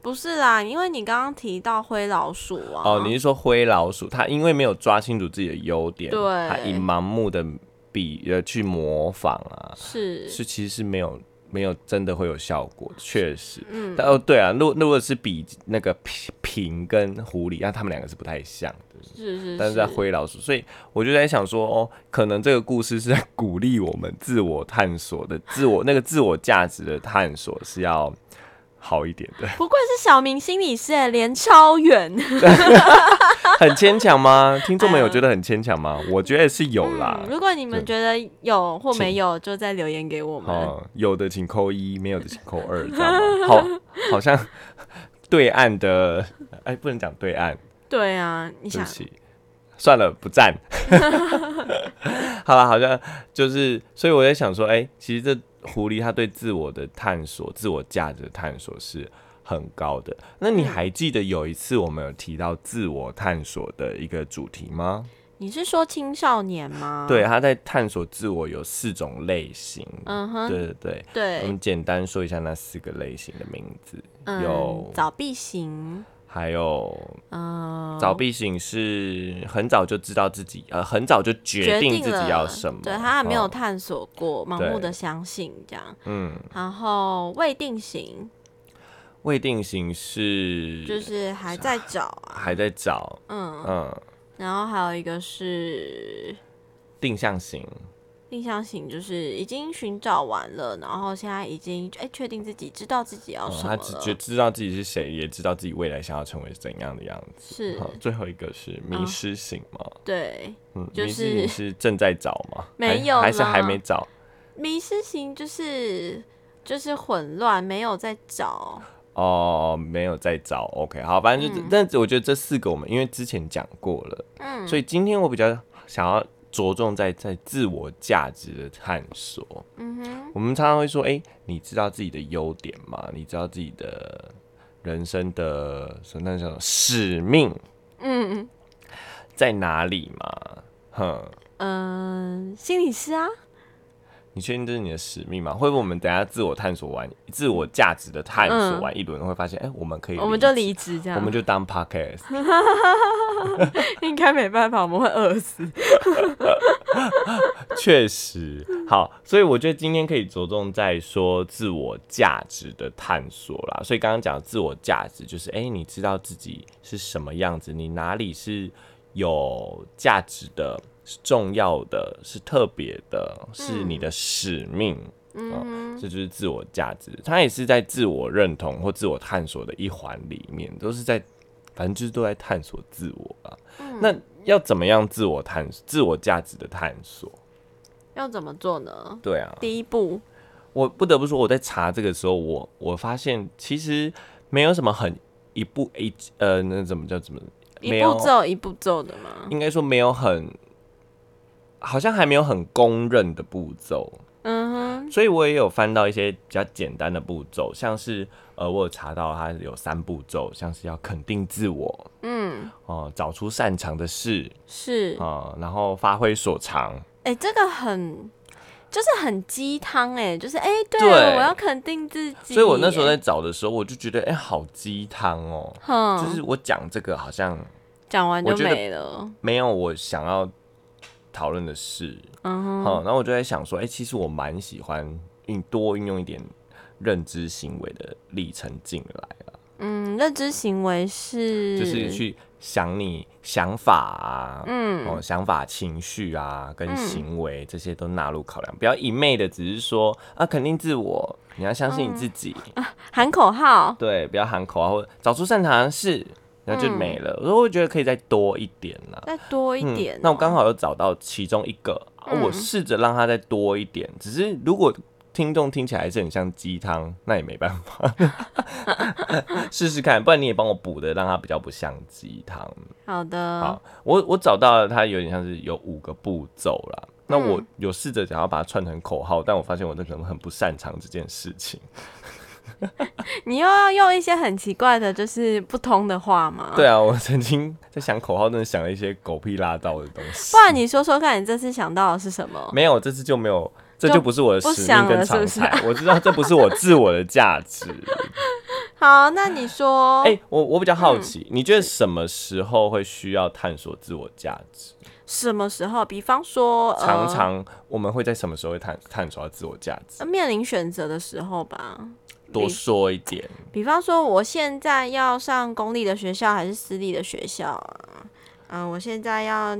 [SPEAKER 2] 不是啦，因为你刚刚提到灰老鼠啊。
[SPEAKER 1] 哦，你是说灰老鼠？他因为没有抓清楚自己的优点，
[SPEAKER 2] 对
[SPEAKER 1] 他以盲目的比呃去模仿啊，
[SPEAKER 2] 是
[SPEAKER 1] 是其实是没有没有真的会有效果，确实。
[SPEAKER 2] 嗯
[SPEAKER 1] 但哦，对啊，如如果是比那个平平跟狐狸，那他们两个是不太像的，
[SPEAKER 2] 是是，
[SPEAKER 1] 但是在灰老鼠，所以我就在想说，哦，可能这个故事是在鼓励我们自我探索的，自我那个自我价值的探索是要好一点的，
[SPEAKER 2] 不愧是小明心理师哎，连超远。
[SPEAKER 1] 啊很牵强吗？听众们有觉得很牵强吗？我觉得是有啦
[SPEAKER 2] 嗯，。如果你们
[SPEAKER 1] 对
[SPEAKER 2] 觉得有或
[SPEAKER 1] 请
[SPEAKER 2] 没有，就再留言给我们。
[SPEAKER 1] 哦，有的请扣一，没有的请扣二， 知道吗？好，好像对岸的，哎，不能讲对岸，
[SPEAKER 2] 对啊，你
[SPEAKER 1] 对
[SPEAKER 2] 想
[SPEAKER 1] 不起，算了，不 赞。好了，好像就是，所以我在想说，哎、其实这狐狸它对自我的探索、自我价值的探索是很高的。那你还记得有一次我们有提到自我探索的一个主题吗？
[SPEAKER 2] 你是说青少年吗？
[SPEAKER 1] 对，，啊它在探索自我有四种类型。对
[SPEAKER 2] 嗯
[SPEAKER 1] 嗯
[SPEAKER 2] 哼，
[SPEAKER 1] 对对，我
[SPEAKER 2] 对
[SPEAKER 1] 们，简单说一下那四个类型的名字，
[SPEAKER 2] 嗯，
[SPEAKER 1] 有
[SPEAKER 2] 早闭型，
[SPEAKER 1] 还有
[SPEAKER 2] 嗯，
[SPEAKER 1] 早闭型是很早就知道自己，呃，很早就决
[SPEAKER 2] 决
[SPEAKER 1] 定自
[SPEAKER 2] 了
[SPEAKER 1] 己要什么，
[SPEAKER 2] 对他还没有
[SPEAKER 1] 哦
[SPEAKER 2] 探索过，盲
[SPEAKER 1] 对
[SPEAKER 2] 目的相信这样。
[SPEAKER 1] 嗯，
[SPEAKER 2] 然后未定型
[SPEAKER 1] 未定型是
[SPEAKER 2] 就是还在找啊，
[SPEAKER 1] 还在找，
[SPEAKER 2] 嗯，
[SPEAKER 1] 嗯，
[SPEAKER 2] 然后还有一个是
[SPEAKER 1] 定向型，
[SPEAKER 2] 定向型，就是已经寻找完了，然后现在已经哎确定自己知道自己要
[SPEAKER 1] 嗯
[SPEAKER 2] 哦什么
[SPEAKER 1] 他只
[SPEAKER 2] 了，
[SPEAKER 1] 觉知道自己是谁，也知道自己未来想要成为怎样的样子。
[SPEAKER 2] 是
[SPEAKER 1] 好，最后一个是迷
[SPEAKER 2] 嗯
[SPEAKER 1] 失型嘛，
[SPEAKER 2] 对
[SPEAKER 1] 嗯，
[SPEAKER 2] 就
[SPEAKER 1] 迷失型
[SPEAKER 2] 是
[SPEAKER 1] 是正在找吗？
[SPEAKER 2] 没
[SPEAKER 1] 还
[SPEAKER 2] 有
[SPEAKER 1] 还是还
[SPEAKER 2] 啦
[SPEAKER 1] 没找？
[SPEAKER 2] 迷失型就是就是混乱，没有在找。
[SPEAKER 1] 哦，没有再找。OK，好，反正就、
[SPEAKER 2] 嗯
[SPEAKER 1] 但是我觉得这四个我们因为之前讲过了，
[SPEAKER 2] 嗯，
[SPEAKER 1] 所以今天我比较想要着重在在自我价值的探索。
[SPEAKER 2] 嗯哼，
[SPEAKER 1] 我们常常会说，哎、你知道自己的优点吗？你知道自己的人生的什么那叫什么使命
[SPEAKER 2] 嗯
[SPEAKER 1] 在哪里吗？哼，
[SPEAKER 2] 嗯、呃心理师啊，
[SPEAKER 1] 你确定这是你的使命吗？会不会我们等一下自我探索完、自我价值的探索完一轮，会发现，哎、我们可以，
[SPEAKER 2] 嗯我们就，离职啊这样，
[SPEAKER 1] 我们就当 podcast。
[SPEAKER 2] 应该没办法，我们会饿死。
[SPEAKER 1] 确实，好，所以我觉得今天可以着重在说自我价值的探索啦。所以刚刚讲的自我价值，就是诶，你知道自己是什么样子，你哪里是有价值的、是重要的、是特别的、是你的使命。
[SPEAKER 2] 嗯哼，
[SPEAKER 1] 这就是自我价值，它也是在自我认同或自我探索的一环里面，都是在，反正就是都在探索自我吧。那要怎么样自我探自我价值的探索？
[SPEAKER 2] 要怎么做呢？
[SPEAKER 1] 对啊，
[SPEAKER 2] 第一步，
[SPEAKER 1] 我不得不说，我在查这个时候，我我发现其实没有什么很一步一呃，那怎么叫怎么没
[SPEAKER 2] 一步
[SPEAKER 1] 有，
[SPEAKER 2] 骤一步骤的嘛。
[SPEAKER 1] 应该说没有很，好像还没有很公认的步骤。
[SPEAKER 2] 嗯哼，
[SPEAKER 1] 所以我也有翻到一些比较简单的步骤，像是呃，我有查到它有三步骤，像是要肯定自我，
[SPEAKER 2] 嗯，
[SPEAKER 1] 哦、找出擅长的事，
[SPEAKER 2] 是，
[SPEAKER 1] 啊、然后发挥所长，
[SPEAKER 2] 哎、这个很。就是很鸡汤哎，就是哎、对
[SPEAKER 1] 对
[SPEAKER 2] 我要肯定自己。
[SPEAKER 1] 所以我那时候在，找的时候，我就觉得，哎、好鸡汤哦，
[SPEAKER 2] 哼，
[SPEAKER 1] 就是我讲这个好像
[SPEAKER 2] 讲完就
[SPEAKER 1] 我觉得
[SPEAKER 2] 没了。
[SPEAKER 1] 没有我想要讨论的事，
[SPEAKER 2] 嗯哼，
[SPEAKER 1] 好、然后我就在想说，哎、其实我蛮喜欢运多运用一点认知行为的历程进来了。
[SPEAKER 2] 嗯，认知行为是
[SPEAKER 1] 就是去想你想法啊，
[SPEAKER 2] 嗯
[SPEAKER 1] 哦，想法、情绪啊，跟
[SPEAKER 2] 嗯
[SPEAKER 1] 行为这些都纳入考量，不要一昧的只是说啊，肯定自我，你要相信你自己，
[SPEAKER 2] 哦喊口号，
[SPEAKER 1] 对，不要喊口号，或者找出擅长的事，然后就
[SPEAKER 2] 嗯
[SPEAKER 1] 没了。所以我觉得可以再多一点啦、
[SPEAKER 2] 再多一
[SPEAKER 1] 嗯
[SPEAKER 2] 点哦、
[SPEAKER 1] 那我刚好有找到其中一个，啊
[SPEAKER 2] 嗯
[SPEAKER 1] 我试着让它再多一点。只是如果听众听起来还是很像鸡汤，那也没办法， 试试看。不然你也帮我补的，让它比较不像鸡汤。
[SPEAKER 2] 好的，
[SPEAKER 1] 好，我我找到了，它有点像是有五个步骤啦。那
[SPEAKER 2] 嗯
[SPEAKER 1] 我有试着想要把它串成口号，但我发现我这可能很不擅长这件事情。
[SPEAKER 2] 你又要用一些很奇怪的，就是不通的话吗？
[SPEAKER 1] 对，啊，我曾经在想口号，真的想了一些狗屁拉倒的东西
[SPEAKER 2] 不。然你说说看，你这次想到的是什么？
[SPEAKER 1] 没有，这次就没有，这
[SPEAKER 2] 就
[SPEAKER 1] 就不是我的
[SPEAKER 2] 不
[SPEAKER 1] 使
[SPEAKER 2] 想
[SPEAKER 1] 命跟
[SPEAKER 2] 了是
[SPEAKER 1] 常
[SPEAKER 2] 不是
[SPEAKER 1] 才。我知道这不是我自我的价值。
[SPEAKER 2] 好，那你说，
[SPEAKER 1] 哎、我我比较好奇，
[SPEAKER 2] 嗯
[SPEAKER 1] 你觉得什么时候会需要探索自我价值？
[SPEAKER 2] 什么时候？比方说，呃
[SPEAKER 1] 常常我们会在什么时候会探探索到自我价值？
[SPEAKER 2] 呃面临选择的时候吧。
[SPEAKER 1] 多说一点，
[SPEAKER 2] 比方说，我现在要上公立的学校还是私立的学校啊？嗯、我现在要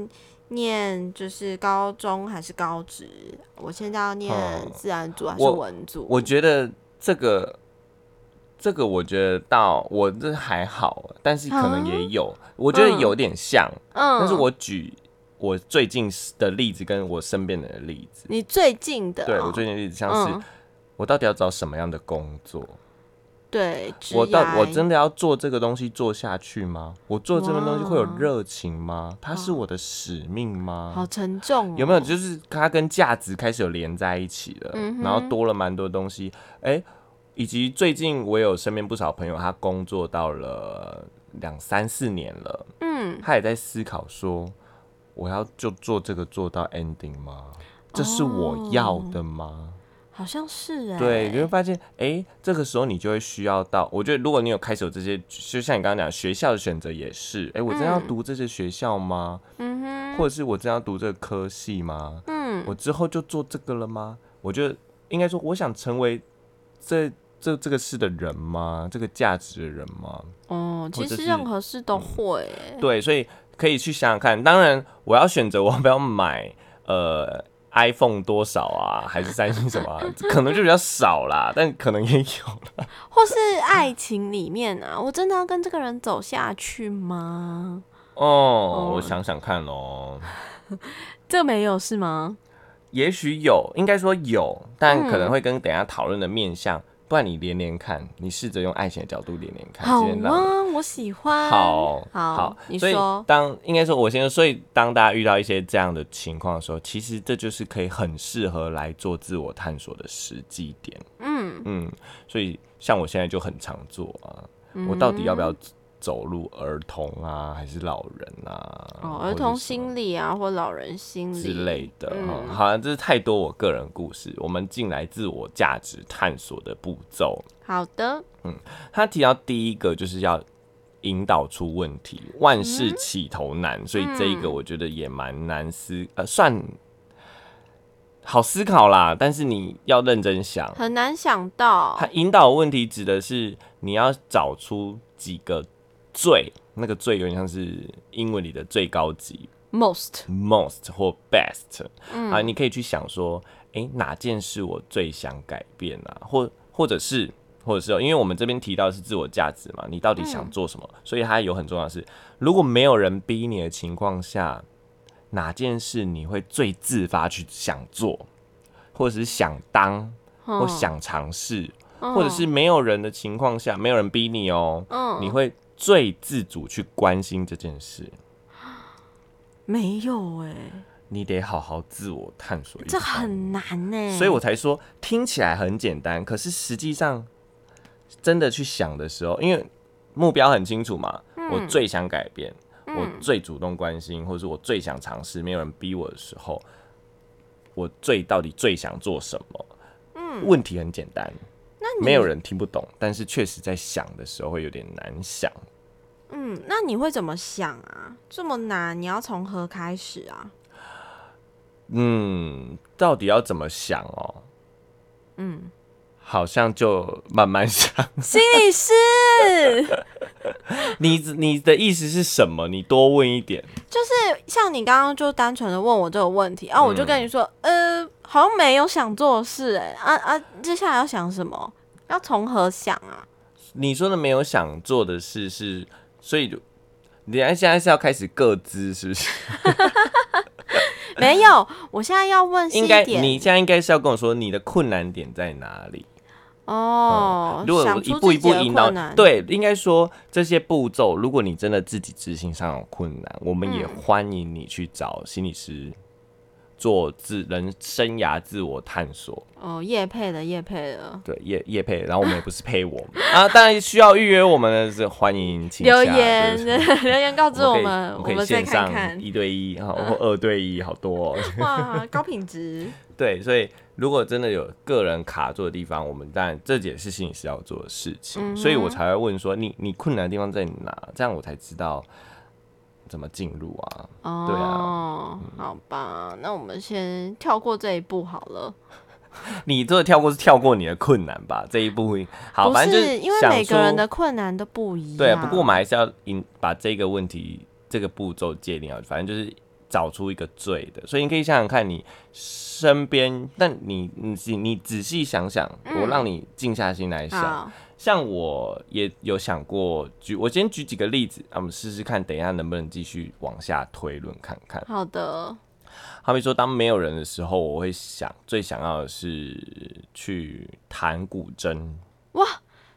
[SPEAKER 2] 念就是高中还是高职？我现在要念
[SPEAKER 1] 嗯
[SPEAKER 2] 自然组还是
[SPEAKER 1] 我
[SPEAKER 2] 文组？
[SPEAKER 1] 我觉得这个。这个我觉得到我这还好，但是可能也有，我觉得
[SPEAKER 2] 嗯
[SPEAKER 1] 有点像。
[SPEAKER 2] 嗯，
[SPEAKER 1] 但是我举我最近的例子跟我身边人的例子，
[SPEAKER 2] 你最近的哦、
[SPEAKER 1] 对我最近的例子像是
[SPEAKER 2] 嗯
[SPEAKER 1] 我到底要找什么样的工作？
[SPEAKER 2] 对，职
[SPEAKER 1] 我到我
[SPEAKER 2] 涯
[SPEAKER 1] 真的要做这个东西做下去吗？我做这份东西会有
[SPEAKER 2] 哇
[SPEAKER 1] 热情吗？它是我的使命
[SPEAKER 2] 哦好
[SPEAKER 1] 吗？
[SPEAKER 2] 沉重、哦，
[SPEAKER 1] 有没有就是它跟价值开始有连在一起了，
[SPEAKER 2] 嗯哼
[SPEAKER 1] 然后多了蛮多东西，哎、以及最近我有身边不少朋友，他工作到了两三四年了，
[SPEAKER 2] 嗯，
[SPEAKER 1] 他也在思考说，我要就做这个做到 ending 吗？这是
[SPEAKER 2] 哦
[SPEAKER 1] 我要的吗？
[SPEAKER 2] 好像是哎、
[SPEAKER 1] 对，你会发现，哎、这个时候你就会需要到，我觉得如果你有开始有这些，就像你刚刚讲，学校的选择也是，哎、我真的要
[SPEAKER 2] 嗯
[SPEAKER 1] 读这些学校吗？
[SPEAKER 2] 嗯哼，
[SPEAKER 1] 或者是我真的要读这个科系吗？
[SPEAKER 2] 嗯
[SPEAKER 1] 我之后就做这个了吗？我觉得应该说，我想成为这这这个事的人吗？这个价值的人吗？
[SPEAKER 2] 哦，其
[SPEAKER 1] 者
[SPEAKER 2] 实
[SPEAKER 1] 是嗯
[SPEAKER 2] 任何事都会、欸，
[SPEAKER 1] 对，所以可以去想想看。当然，我要选择我要不要买呃 iPhone 多少啊，还是三星什么、啊，可能就比较少啦，但可能也有啦。
[SPEAKER 2] 或是爱情里面啊，我真的要跟这个人走下去吗？
[SPEAKER 1] 哦，
[SPEAKER 2] 哦
[SPEAKER 1] 我想想看哦，
[SPEAKER 2] 这没有是吗？
[SPEAKER 1] 也许有，应该说有，但可能
[SPEAKER 2] 嗯
[SPEAKER 1] 会跟等一下讨论的面向不然你连连看，你试着用爱情的角度连连看，
[SPEAKER 2] 好
[SPEAKER 1] 今天让我
[SPEAKER 2] 啊，我喜欢。
[SPEAKER 1] 好
[SPEAKER 2] 好，你
[SPEAKER 1] 所以
[SPEAKER 2] 说，
[SPEAKER 1] 当应该说，我先说，所以当大家遇到一些这样的情况的时候，其实这就是可以很适合来做自我探索的时机点。
[SPEAKER 2] 嗯，
[SPEAKER 1] 嗯，所以像我现在就很常做啊，
[SPEAKER 2] 嗯
[SPEAKER 1] 我到底要不要走入儿童啊，还是老人啊？
[SPEAKER 2] 哦，
[SPEAKER 1] 或
[SPEAKER 2] 儿
[SPEAKER 1] 者
[SPEAKER 2] 童
[SPEAKER 1] 什么
[SPEAKER 2] 心理啊，或老人心理
[SPEAKER 1] 之类的，
[SPEAKER 2] 嗯
[SPEAKER 1] 嗯，好像这是太多我个人故事，我们进来自我价值探索的步骤。
[SPEAKER 2] 好的，
[SPEAKER 1] 他提到第一个就是要引导出问题，万事起头难，所以这一
[SPEAKER 2] 嗯
[SPEAKER 1] 个我觉得也蛮难思，呃，算好思考啦，但是你要认真想。
[SPEAKER 2] 很难想到
[SPEAKER 1] 他，引导问题指的是你要找出几个最，那个最有点像是英文里的最高级，
[SPEAKER 2] most
[SPEAKER 1] most 或 best，、啊，
[SPEAKER 2] 嗯
[SPEAKER 1] 你可以去想说，诶，哪件事我最想改变啊？或或者是，或者是哦，因为我们这边提到的是自我价值嘛，你到底
[SPEAKER 2] 嗯
[SPEAKER 1] 想做什么？所以它有很重要的是，如果没有人逼你的情况下，哪件事你会最自发去想做，或者是想当，或
[SPEAKER 2] 嗯
[SPEAKER 1] 想尝试，
[SPEAKER 2] 嗯
[SPEAKER 1] 或者是没有人的情况下，没有人逼你哦，
[SPEAKER 2] 嗯
[SPEAKER 1] 你会最自主去关心这件事。
[SPEAKER 2] 没有哎、
[SPEAKER 1] 你得好好自我探索一番，
[SPEAKER 2] 这很难欸呢、
[SPEAKER 1] 所以我才说听起来很简单，可是实际上真的去想的时候，因为目标很清楚嘛，我
[SPEAKER 2] 嗯
[SPEAKER 1] 最想改变，我最主动关心，或者是我最想尝试，没有人逼我的时候，我最到底最想做什么？嗯，问题很简单，没有人听不懂，但是确实在想的时候会有点难想。
[SPEAKER 2] 嗯，那你会怎么想啊？这么难，你要从何开 始啊？
[SPEAKER 1] 嗯，到底要怎么想哦？嗯，
[SPEAKER 2] 嗯
[SPEAKER 1] 好像就慢慢想。
[SPEAKER 2] 心理师
[SPEAKER 1] 你你的意思是什么？你多问一点。
[SPEAKER 2] 就是像你刚刚就单纯的问我这个问题啊，我
[SPEAKER 1] 嗯
[SPEAKER 2] 就跟你说，呃，好像没有想做的事哎、啊啊，接下来要想什么？要从何想啊？
[SPEAKER 1] 你说的没有想做的事是，所以就你现在是要开始各自是不 是？
[SPEAKER 2] 没有，我现在要问细
[SPEAKER 1] 应
[SPEAKER 2] 一
[SPEAKER 1] 该
[SPEAKER 2] 点。
[SPEAKER 1] 你现在应该是要跟我说你的困难点在哪里。
[SPEAKER 2] 哦，
[SPEAKER 1] 嗯如果
[SPEAKER 2] 想
[SPEAKER 1] 我一
[SPEAKER 2] 出
[SPEAKER 1] 步
[SPEAKER 2] 自
[SPEAKER 1] 一
[SPEAKER 2] 己
[SPEAKER 1] 步
[SPEAKER 2] 的
[SPEAKER 1] 引导
[SPEAKER 2] 困，难，
[SPEAKER 1] 对，应该说这些步骤，如果你真的自己执行上有困难，我们也
[SPEAKER 2] 嗯
[SPEAKER 1] 欢迎你去找心理师做自人生涯自我探索。
[SPEAKER 2] 哦，叶配的叶配的，
[SPEAKER 1] 对，叶叶配，然后我们也不是配我 们啊，当然需要预约我们的是欢迎请
[SPEAKER 2] 留
[SPEAKER 1] 假
[SPEAKER 2] 言
[SPEAKER 1] 对
[SPEAKER 2] 留言告知我
[SPEAKER 1] 可以
[SPEAKER 2] 们，
[SPEAKER 1] 我
[SPEAKER 2] 我
[SPEAKER 1] 可以
[SPEAKER 2] 们再
[SPEAKER 1] 线
[SPEAKER 2] 看看嗯
[SPEAKER 1] 上。一对一哈，或二对一，好多、 哦。
[SPEAKER 2] 哇，高品 质，
[SPEAKER 1] 对，所以如果真的有个人卡住的地方，我们当然这也是心理师要做的事情，
[SPEAKER 2] 嗯哼
[SPEAKER 1] 所以我才会问说你你困难的地方在哪，这样我才知道怎么进入啊。对啊
[SPEAKER 2] 哦，好吧，那我们先跳过这一步好了。
[SPEAKER 1] 你这个跳过是跳过你的困难吧？这一步好，
[SPEAKER 2] 不
[SPEAKER 1] 反正就是
[SPEAKER 2] 因为
[SPEAKER 1] 想
[SPEAKER 2] 每个人
[SPEAKER 1] 说
[SPEAKER 2] 的困难都不一样。
[SPEAKER 1] 对，不过我们还是要引把这个问题这个步骤界定好，反正就是找出一个最的。所以你可以想想看，你身边，但你你你你仔细想想，我让你静下心来想。
[SPEAKER 2] 嗯好，
[SPEAKER 1] 像我也有想过，举我先举几个例子，啊我们试试看，等一下能不能继续往下推论看看。
[SPEAKER 2] 好的，
[SPEAKER 1] 他们说，当没有人的时候，我会想最想要的是去弹古筝。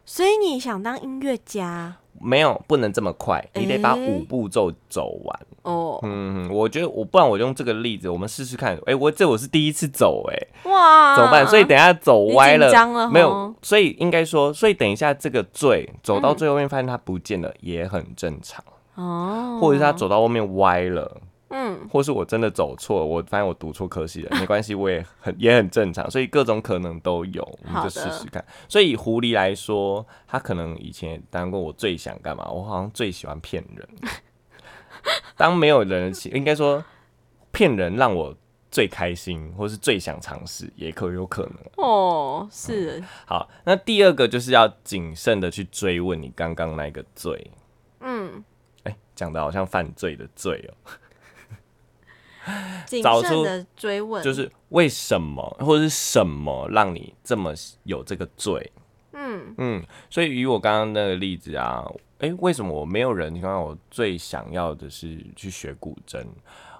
[SPEAKER 2] 所以你想当音乐家
[SPEAKER 1] 没有，不能这么快，你得把
[SPEAKER 2] 诶
[SPEAKER 1] 五步骤走完。
[SPEAKER 2] 哦？
[SPEAKER 1] 嗯，我觉得我不然我用这个例子，我们试试看。哎、我这我是第一次走、哎、
[SPEAKER 2] 哇，
[SPEAKER 1] 怎么办？所以等一下走歪
[SPEAKER 2] 啊你
[SPEAKER 1] 了，
[SPEAKER 2] 紧张哦了
[SPEAKER 1] 没有
[SPEAKER 2] 吼，
[SPEAKER 1] 所以应该说，所以等一下这个罪走
[SPEAKER 2] 嗯
[SPEAKER 1] 到最后面发现它不见了，也很正常。
[SPEAKER 2] 哦，
[SPEAKER 1] 或者是他走到后面歪了，
[SPEAKER 2] 嗯，
[SPEAKER 1] 或是我真的走错了，我发现我读错科 系了，没关系，我也很也很正常。所以各种可能都有，我们
[SPEAKER 2] 好
[SPEAKER 1] 就
[SPEAKER 2] 的
[SPEAKER 1] 试试看。所以以狐狸来说，他可能以前也当过我最想干嘛，我好像最喜欢骗人。 当没有人的情，应该说骗人让我最开心，或是最想尝试，也可有可能。
[SPEAKER 2] 哦，是，
[SPEAKER 1] 好，那第二个就是要谨慎的去追问你刚刚那个罪。
[SPEAKER 2] 嗯，
[SPEAKER 1] 哎、讲的好像犯罪的罪哦、
[SPEAKER 2] 谨
[SPEAKER 1] 找
[SPEAKER 2] 慎
[SPEAKER 1] 出
[SPEAKER 2] 的追问，
[SPEAKER 1] 就是为什么或者是什么让你这么有这个罪？
[SPEAKER 2] 嗯
[SPEAKER 1] 嗯，所以以我刚刚那个例子啊，诶，为什么我没有人？你看我最想要的是去学古筝，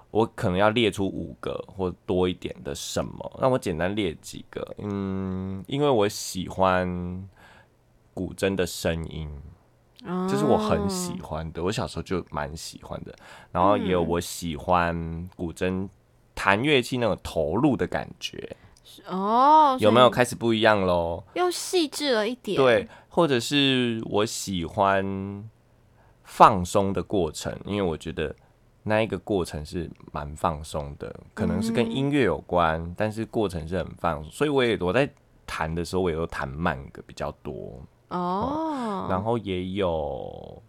[SPEAKER 1] 我可能要列出五个或多一点的什么，让我简单列几个。嗯，因为我喜欢古筝的声音，这是我很喜欢的，我小时候就蛮喜欢的。然后也有我喜欢古筝弹乐器那种投入的感觉，
[SPEAKER 2] 哦，
[SPEAKER 1] 有没有
[SPEAKER 2] 所
[SPEAKER 1] 开始不一样喽？
[SPEAKER 2] 以又细致了一点？
[SPEAKER 1] 对，或者是我喜欢放松的过程，因为我觉得那一个过程是蛮放松的，可能是跟
[SPEAKER 2] 嗯
[SPEAKER 1] 音乐有关，但是过程是很放松，所以我也我在弹的时候，我也都弹慢歌比较多，
[SPEAKER 2] 哦，
[SPEAKER 1] 然后也有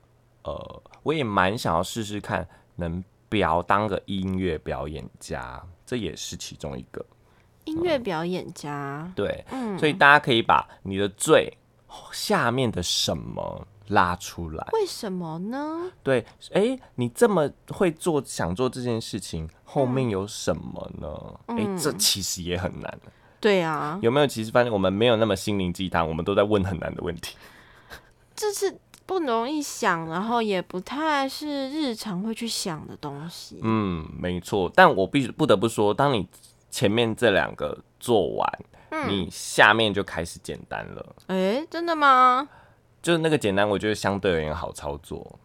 [SPEAKER 1] 呃，我也蛮想要试试看能表当个音乐表演家，这也是其中一个
[SPEAKER 2] 音乐表演家，
[SPEAKER 1] 对，
[SPEAKER 2] 嗯，
[SPEAKER 1] 所以大家可以把你的最下面的什么拉出来。
[SPEAKER 2] 为什么呢？
[SPEAKER 1] 对，哎、你这么会做，想做这件事情，后面有什么呢？哎、这其实也很难。
[SPEAKER 2] 对啊，
[SPEAKER 1] 有没有？其实发现我们没有那么心灵鸡汤，我们都在问很难的问题。
[SPEAKER 2] 这是不容易想，然后也不太是日常会去想的东西。
[SPEAKER 1] 嗯，没错。但我必须不得不说，当你前面这两个做完，你下面就开始简单了。
[SPEAKER 2] 诶，真的吗？
[SPEAKER 1] 就是那个简单，我觉得相对而言好操作。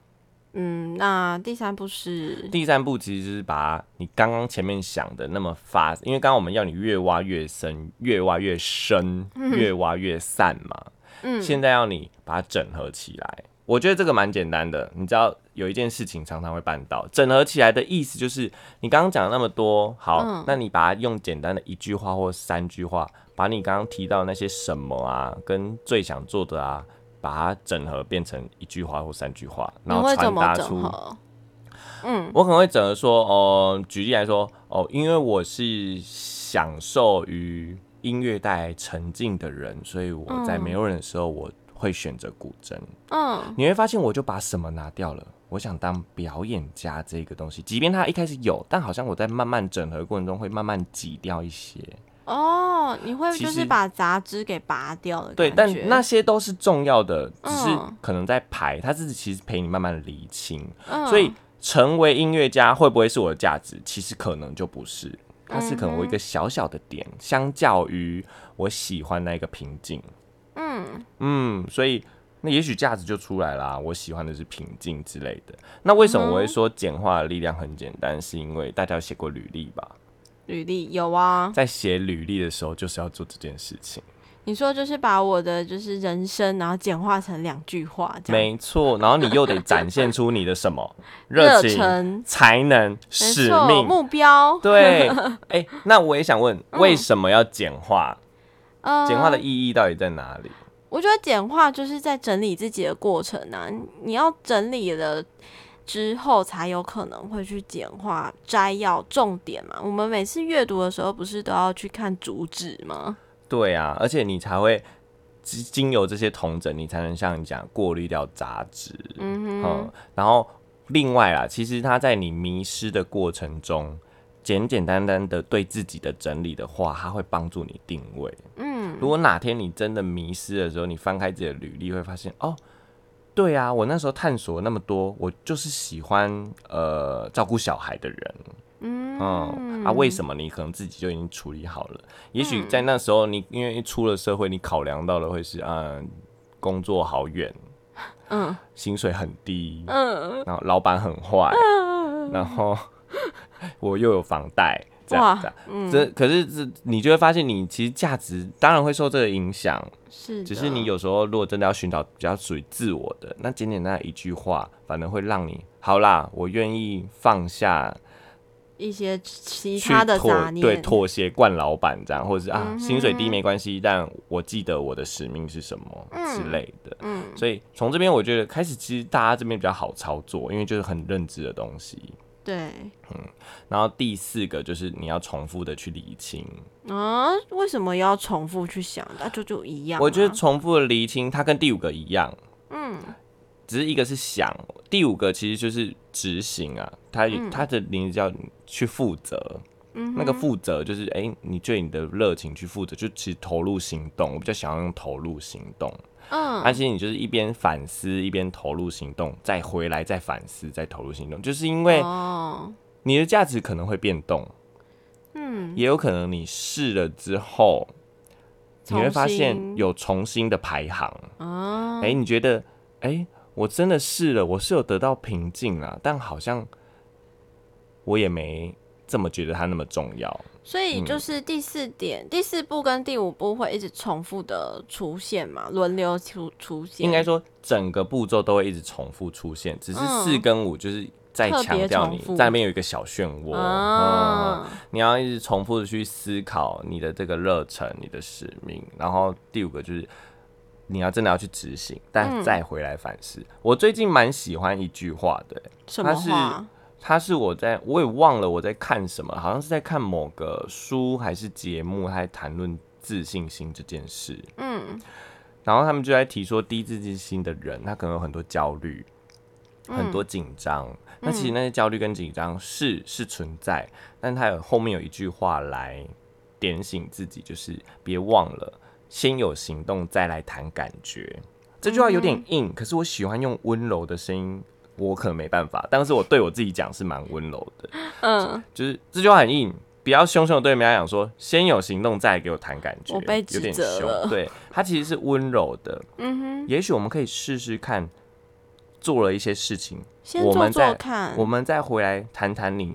[SPEAKER 2] 嗯，那第三步是
[SPEAKER 1] 第三步其实就是把你刚刚前面想的那么发，因为刚刚我们要你越挖越深，越挖越深，越挖越散嘛。
[SPEAKER 2] 嗯
[SPEAKER 1] 现在要你把它整合起来，我觉得这个蛮简单的。你知道有一件事情常常会办到，整合起来的意思就是你刚刚讲了那么多，好，
[SPEAKER 2] 嗯
[SPEAKER 1] 那你把它用简单的一句话或三句话，把你刚刚提到那些什么啊，跟最想做的啊，把它整合变成一句话或三句话，
[SPEAKER 2] 你
[SPEAKER 1] 然后
[SPEAKER 2] 会怎
[SPEAKER 1] 传
[SPEAKER 2] 么
[SPEAKER 1] 达
[SPEAKER 2] 整
[SPEAKER 1] 出
[SPEAKER 2] 合？嗯
[SPEAKER 1] 我可能会整个说，哦、举例来说，哦，因为我是享受于音乐带来沉浸的人，所以我在
[SPEAKER 2] 嗯
[SPEAKER 1] 没有人的时候，我会选择古筝。
[SPEAKER 2] 嗯
[SPEAKER 1] 你会发现，我就把什么拿掉了。我想当表演家这个东西，即便它一开始有，但好像我在慢慢整合过程中会慢慢挤掉一些。
[SPEAKER 2] 哦，你会
[SPEAKER 1] 其
[SPEAKER 2] 就是
[SPEAKER 1] 实
[SPEAKER 2] 把杂质给拔掉的
[SPEAKER 1] 对，
[SPEAKER 2] 感
[SPEAKER 1] 但
[SPEAKER 2] 觉
[SPEAKER 1] 那些都是重要的，只是
[SPEAKER 2] 嗯
[SPEAKER 1] 可能在排，它是其实陪你慢慢厘清。
[SPEAKER 2] 嗯
[SPEAKER 1] 所以成为音乐家会不会是我的价值？其实可能就不是，它是可能我一个小小的点，相较于我喜欢那一个瓶颈。
[SPEAKER 2] 嗯
[SPEAKER 1] 嗯，所以那也许价值就出来啦。我喜欢的是平静之类的。那为什么我会说简化的力量很简单？是因为大家有写过履历吧？
[SPEAKER 2] 履历有啊，
[SPEAKER 1] 在写履历的时候，就是要做这件事情。
[SPEAKER 2] 你说就是把我的就是人生，然后简化成两句话这样，
[SPEAKER 1] 没错，然后你又得展现出你的什么 热
[SPEAKER 2] 热
[SPEAKER 1] 情、
[SPEAKER 2] 忱、
[SPEAKER 1] 才能、
[SPEAKER 2] 没
[SPEAKER 1] 使
[SPEAKER 2] 错
[SPEAKER 1] 命。
[SPEAKER 2] 目标，
[SPEAKER 1] 对，哎、那我也想问，为什么要简化？
[SPEAKER 2] 嗯，
[SPEAKER 1] 简化的意义到底在哪里？
[SPEAKER 2] 我觉得简化就是在整理自己的过程啊，你要整理了之后，才有可能会去简化摘要重点嘛。我们每次阅读的时候，不是都要去看主旨吗？
[SPEAKER 1] 对啊，而且你才会经经由这些同整，你才能像你讲过滤掉杂质。
[SPEAKER 2] 嗯
[SPEAKER 1] 嗯
[SPEAKER 2] 哼，，
[SPEAKER 1] 然后另外啦，其实他在你迷失的过程中，简简单单的对自己的整理的话，他会帮助你定位。
[SPEAKER 2] 嗯，
[SPEAKER 1] 如果哪天你真的迷失的时候，你翻开自己的履历，会发现哦，对啊，我那时候探索那么多，我就是喜欢呃照顾小孩的人，嗯啊，为什么你可能自己就已经处理好了？也许在那时候你因为一出了社会，你考量到的会是啊、工作好远，
[SPEAKER 2] 嗯，
[SPEAKER 1] 薪水很低，
[SPEAKER 2] 嗯，
[SPEAKER 1] 然后老板很坏， 然后我又有房贷，这
[SPEAKER 2] 哇嗯
[SPEAKER 1] 样子。这可是这你就会发现，你其实价值当然会受这个影响，
[SPEAKER 2] 是的，
[SPEAKER 1] 只是你有时候如果真的要寻找比较属于自我的，那简简单单一句话，反而会让你好啦，我愿意放下
[SPEAKER 2] 一些其
[SPEAKER 1] 去
[SPEAKER 2] 他的
[SPEAKER 1] 妥
[SPEAKER 2] 杂念，嗯
[SPEAKER 1] 对妥协惯老板这样，或者是啊、薪水低没关系，但我记得我的使命是什么之类的。
[SPEAKER 2] 嗯
[SPEAKER 1] 所以从这边我觉得开始，其实大家这边比较好操作，因为就是很认知的东西。
[SPEAKER 2] 对，
[SPEAKER 1] 然后第四个就是你要重复的去理清，
[SPEAKER 2] 啊，为什么要重复去想？那就就一样啊、
[SPEAKER 1] 我觉得重复的厘清，它跟第五个一样，
[SPEAKER 2] 嗯，
[SPEAKER 1] 只是一个是想，第五个其实就是执行啊，它也它的名字叫你去负责。
[SPEAKER 2] 嗯
[SPEAKER 1] 那个负责就是，哎、你对你的热情去负责，就其实投入行动。我比较想要用投入行动，
[SPEAKER 2] 嗯，
[SPEAKER 1] 而且你就是一边反思，一边投入行动，再回来再反思，再投入行动，就是因为
[SPEAKER 2] 哦，
[SPEAKER 1] 你的价值可能会变动，
[SPEAKER 2] 嗯，
[SPEAKER 1] 也有可能你试了之后，你会发现有重新的排行。
[SPEAKER 2] 啊，
[SPEAKER 1] 哎、你觉得，哎、我真的试了，我是有得到平静啦，但好像我也没这么觉得它那么重要。
[SPEAKER 2] 所以
[SPEAKER 1] 嗯
[SPEAKER 2] 就是第四点，第四步跟第五步会一直重复的出现嘛，轮流出出现，
[SPEAKER 1] 应该说整个步骤都会一直重复出现，只是四
[SPEAKER 2] 嗯
[SPEAKER 1] 跟五就是在
[SPEAKER 2] 特
[SPEAKER 1] 强
[SPEAKER 2] 别
[SPEAKER 1] 调你
[SPEAKER 2] 重复
[SPEAKER 1] 在那边有一个小漩涡，嗯，
[SPEAKER 2] 啊，
[SPEAKER 1] 你要一直重复的去思考你的这个热忱、你的使命，然后第五个就是你要真的要去执行，但
[SPEAKER 2] 嗯
[SPEAKER 1] 再回来反思。我最近蛮喜欢一句话的、
[SPEAKER 2] 什么
[SPEAKER 1] 它是
[SPEAKER 2] 话？
[SPEAKER 1] 它是我在我也忘了我在看什么，好像是在看某个书还是节目，还谈论自信心这件事。
[SPEAKER 2] 嗯
[SPEAKER 1] 然后他们就在提说，低自信心的人，他可能有很多焦虑，很多紧张。那其实那些焦虑跟紧张是是存在，但他有后面有一句话来点醒自己，就是别忘了先有行动，再来谈感觉。这句话有点硬，可是我喜欢用温柔的声音，我可能没办法，但是我对我自己讲是蛮温柔的。
[SPEAKER 2] 嗯，
[SPEAKER 1] 就是这句话很硬，不要凶凶的对人家讲说，先有行动再给我谈感觉，
[SPEAKER 2] 我被指
[SPEAKER 1] 有点
[SPEAKER 2] 责
[SPEAKER 1] 凶
[SPEAKER 2] 了。
[SPEAKER 1] 对，它其实是温柔的。
[SPEAKER 2] 嗯
[SPEAKER 1] 也许我们可以试试看，做了一些事情，
[SPEAKER 2] 先
[SPEAKER 1] 我
[SPEAKER 2] 做
[SPEAKER 1] 们
[SPEAKER 2] 做
[SPEAKER 1] 再
[SPEAKER 2] 看。
[SPEAKER 1] 我们再回来谈谈你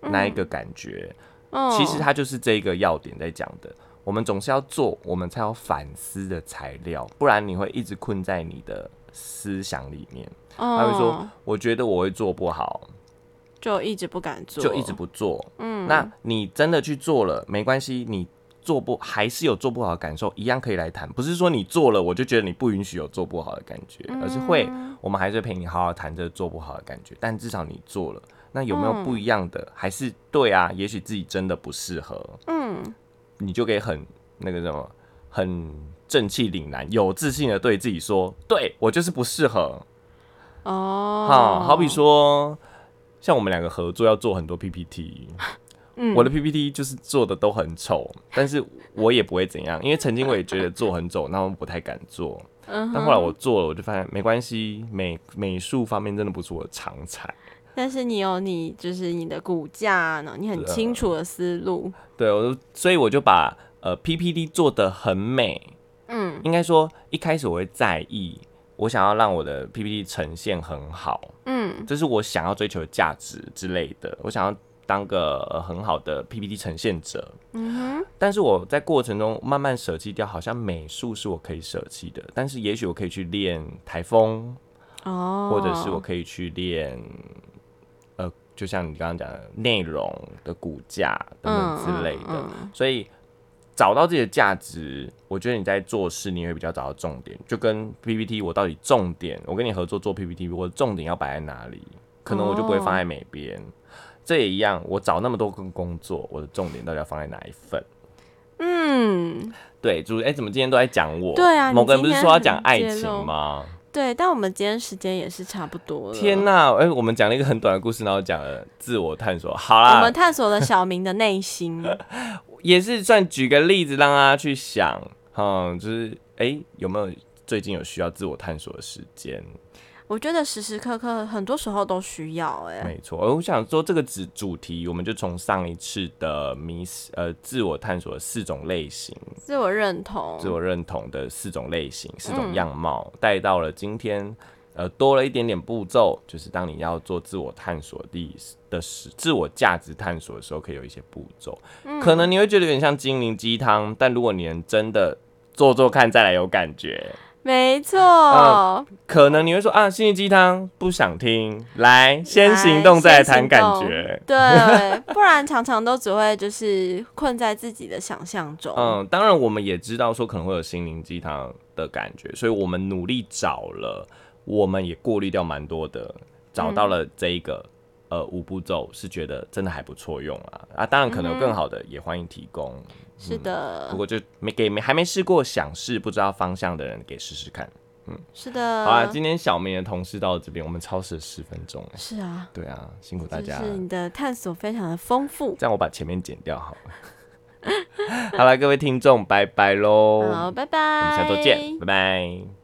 [SPEAKER 1] 那一个感觉。
[SPEAKER 2] 嗯
[SPEAKER 1] 其实它就是这一个要点在讲的。我们总是要做，我们才有反思的材料，不然你会一直困在你的思想里面。他会说
[SPEAKER 2] 嗯，：“
[SPEAKER 1] 我觉得我会做不好，
[SPEAKER 2] 就一直不敢做，
[SPEAKER 1] 就一直不做。”
[SPEAKER 2] 嗯，
[SPEAKER 1] 那你真的去做了，没关系，你做不还是有做不好的感受，一样可以来谈。不是说你做了，我就觉得你不允许有做不好的感觉，
[SPEAKER 2] 嗯
[SPEAKER 1] 而是会，我们还是陪你好好谈这个做不好的感觉。但至少你做了，那有没有不一样的？还是对啊，也许自己真的不适合，
[SPEAKER 2] 嗯
[SPEAKER 1] 你就可以很那个什么，很正气凛然，有自信的对自己说，对我就是不适合。
[SPEAKER 2] 哦，
[SPEAKER 1] 好，好比说，像我们两个合作要做很多 PPT，
[SPEAKER 2] 嗯
[SPEAKER 1] 我的 PPT 就是做的都很丑，但是我也不会怎样，因为曾经我也觉得做很丑，那我不太敢做，
[SPEAKER 2] 嗯哼，
[SPEAKER 1] 但后来我做了，我就发现没关系，美美术方面真的不是我的长才。
[SPEAKER 2] 但是你有你就是你的骨架呢，你很
[SPEAKER 1] 对啊
[SPEAKER 2] 清楚的思路，
[SPEAKER 1] 对，我就所以我就把呃 PPT 做的很美，
[SPEAKER 2] 嗯
[SPEAKER 1] 应该说一开始我会在意，我想要让我的 PPT 呈现很好，
[SPEAKER 2] 嗯
[SPEAKER 1] 这是我想要追求的价值之类的，我想要当个、呃很好的 PPT 呈现者。
[SPEAKER 2] 嗯哼，
[SPEAKER 1] 但是我在过程中慢慢舍弃掉，好像美术是我可以舍弃的，但是也许我可以去练台风，
[SPEAKER 2] 哦，
[SPEAKER 1] 或者是我可以去练，呃，就像你刚刚讲的内容的骨架等等之类的。
[SPEAKER 2] 嗯嗯
[SPEAKER 1] 所以找到自己的价值，我觉得你在做事你也会比较找到重点。就跟 PPT，我到底重点，我跟你合作做 PPT，我的重点要摆在哪里？可能我就不会放在美编。这也一样，我找那么多份工作，我的重点到底要放在哪一份？
[SPEAKER 2] 嗯嗯
[SPEAKER 1] 对，就是哎、怎么今天都在讲我？
[SPEAKER 2] 对啊
[SPEAKER 1] 某个人
[SPEAKER 2] 你
[SPEAKER 1] 不
[SPEAKER 2] 今
[SPEAKER 1] 是
[SPEAKER 2] 天
[SPEAKER 1] 说要讲爱
[SPEAKER 2] 很揭
[SPEAKER 1] 情
[SPEAKER 2] 露
[SPEAKER 1] 吗？
[SPEAKER 2] 对，但我们今天时间也是差不多了，
[SPEAKER 1] 天呐、哎、我们讲了一个很短的故事，然后讲了自我探索。好
[SPEAKER 2] 我
[SPEAKER 1] 啦
[SPEAKER 2] 们，探索了小明的内心，
[SPEAKER 1] 也是算举个例子让大家去想，嗯，就是哎、有没有最近有需要自我探索的时间？
[SPEAKER 2] 我觉得时时刻刻很多时候都需要、哎，
[SPEAKER 1] 没错，呃我想说这个主主题，我们就从上一次的迷失呃自我探索的四种类型、
[SPEAKER 2] 自我认同，
[SPEAKER 1] 自我认同的四种类型、四种
[SPEAKER 2] 哦嗯
[SPEAKER 1] 样貌，带、到了今天。呃，多了一点点步骤，就是当你要做自我探索的的时，自我价值探索的时候，可以有一些步骤。
[SPEAKER 2] 嗯
[SPEAKER 1] 可能你会觉得有点像心灵鸡汤，但如果你能真的做做看，再来有感觉，
[SPEAKER 2] 没错，
[SPEAKER 1] 嗯可能你会说啊，心灵鸡汤不想听，来先行动，
[SPEAKER 2] 来
[SPEAKER 1] 再来
[SPEAKER 2] 先
[SPEAKER 1] 谈
[SPEAKER 2] 行
[SPEAKER 1] 感
[SPEAKER 2] 动
[SPEAKER 1] 觉。
[SPEAKER 2] 对，不然常常都只会就是困在自己的想象中。
[SPEAKER 1] 嗯，当然我们也知道说可能会有心灵鸡汤的感觉，所以我们努力找了，我们也过滤掉蛮多的，找到了这一个、呃五步骤，是觉得真的还不错用啊啊，当然可能有更好的也欢迎提供，
[SPEAKER 2] 是的
[SPEAKER 1] 不，过就没给没还没试过想试不知道方向的人给试试看。
[SPEAKER 2] 是
[SPEAKER 1] 好啦，
[SPEAKER 2] 的，
[SPEAKER 1] 今天小明的同事到这边，我们超时了十分钟哎、
[SPEAKER 2] 是啊，
[SPEAKER 1] 对啊，辛苦大
[SPEAKER 2] 就
[SPEAKER 1] 家。
[SPEAKER 2] 是你的探索非常的丰富。
[SPEAKER 1] 这样我把前面剪掉好了。 好了，各位听众，拜拜喽，哦
[SPEAKER 2] 好，拜拜，
[SPEAKER 1] 我们下周见，拜拜。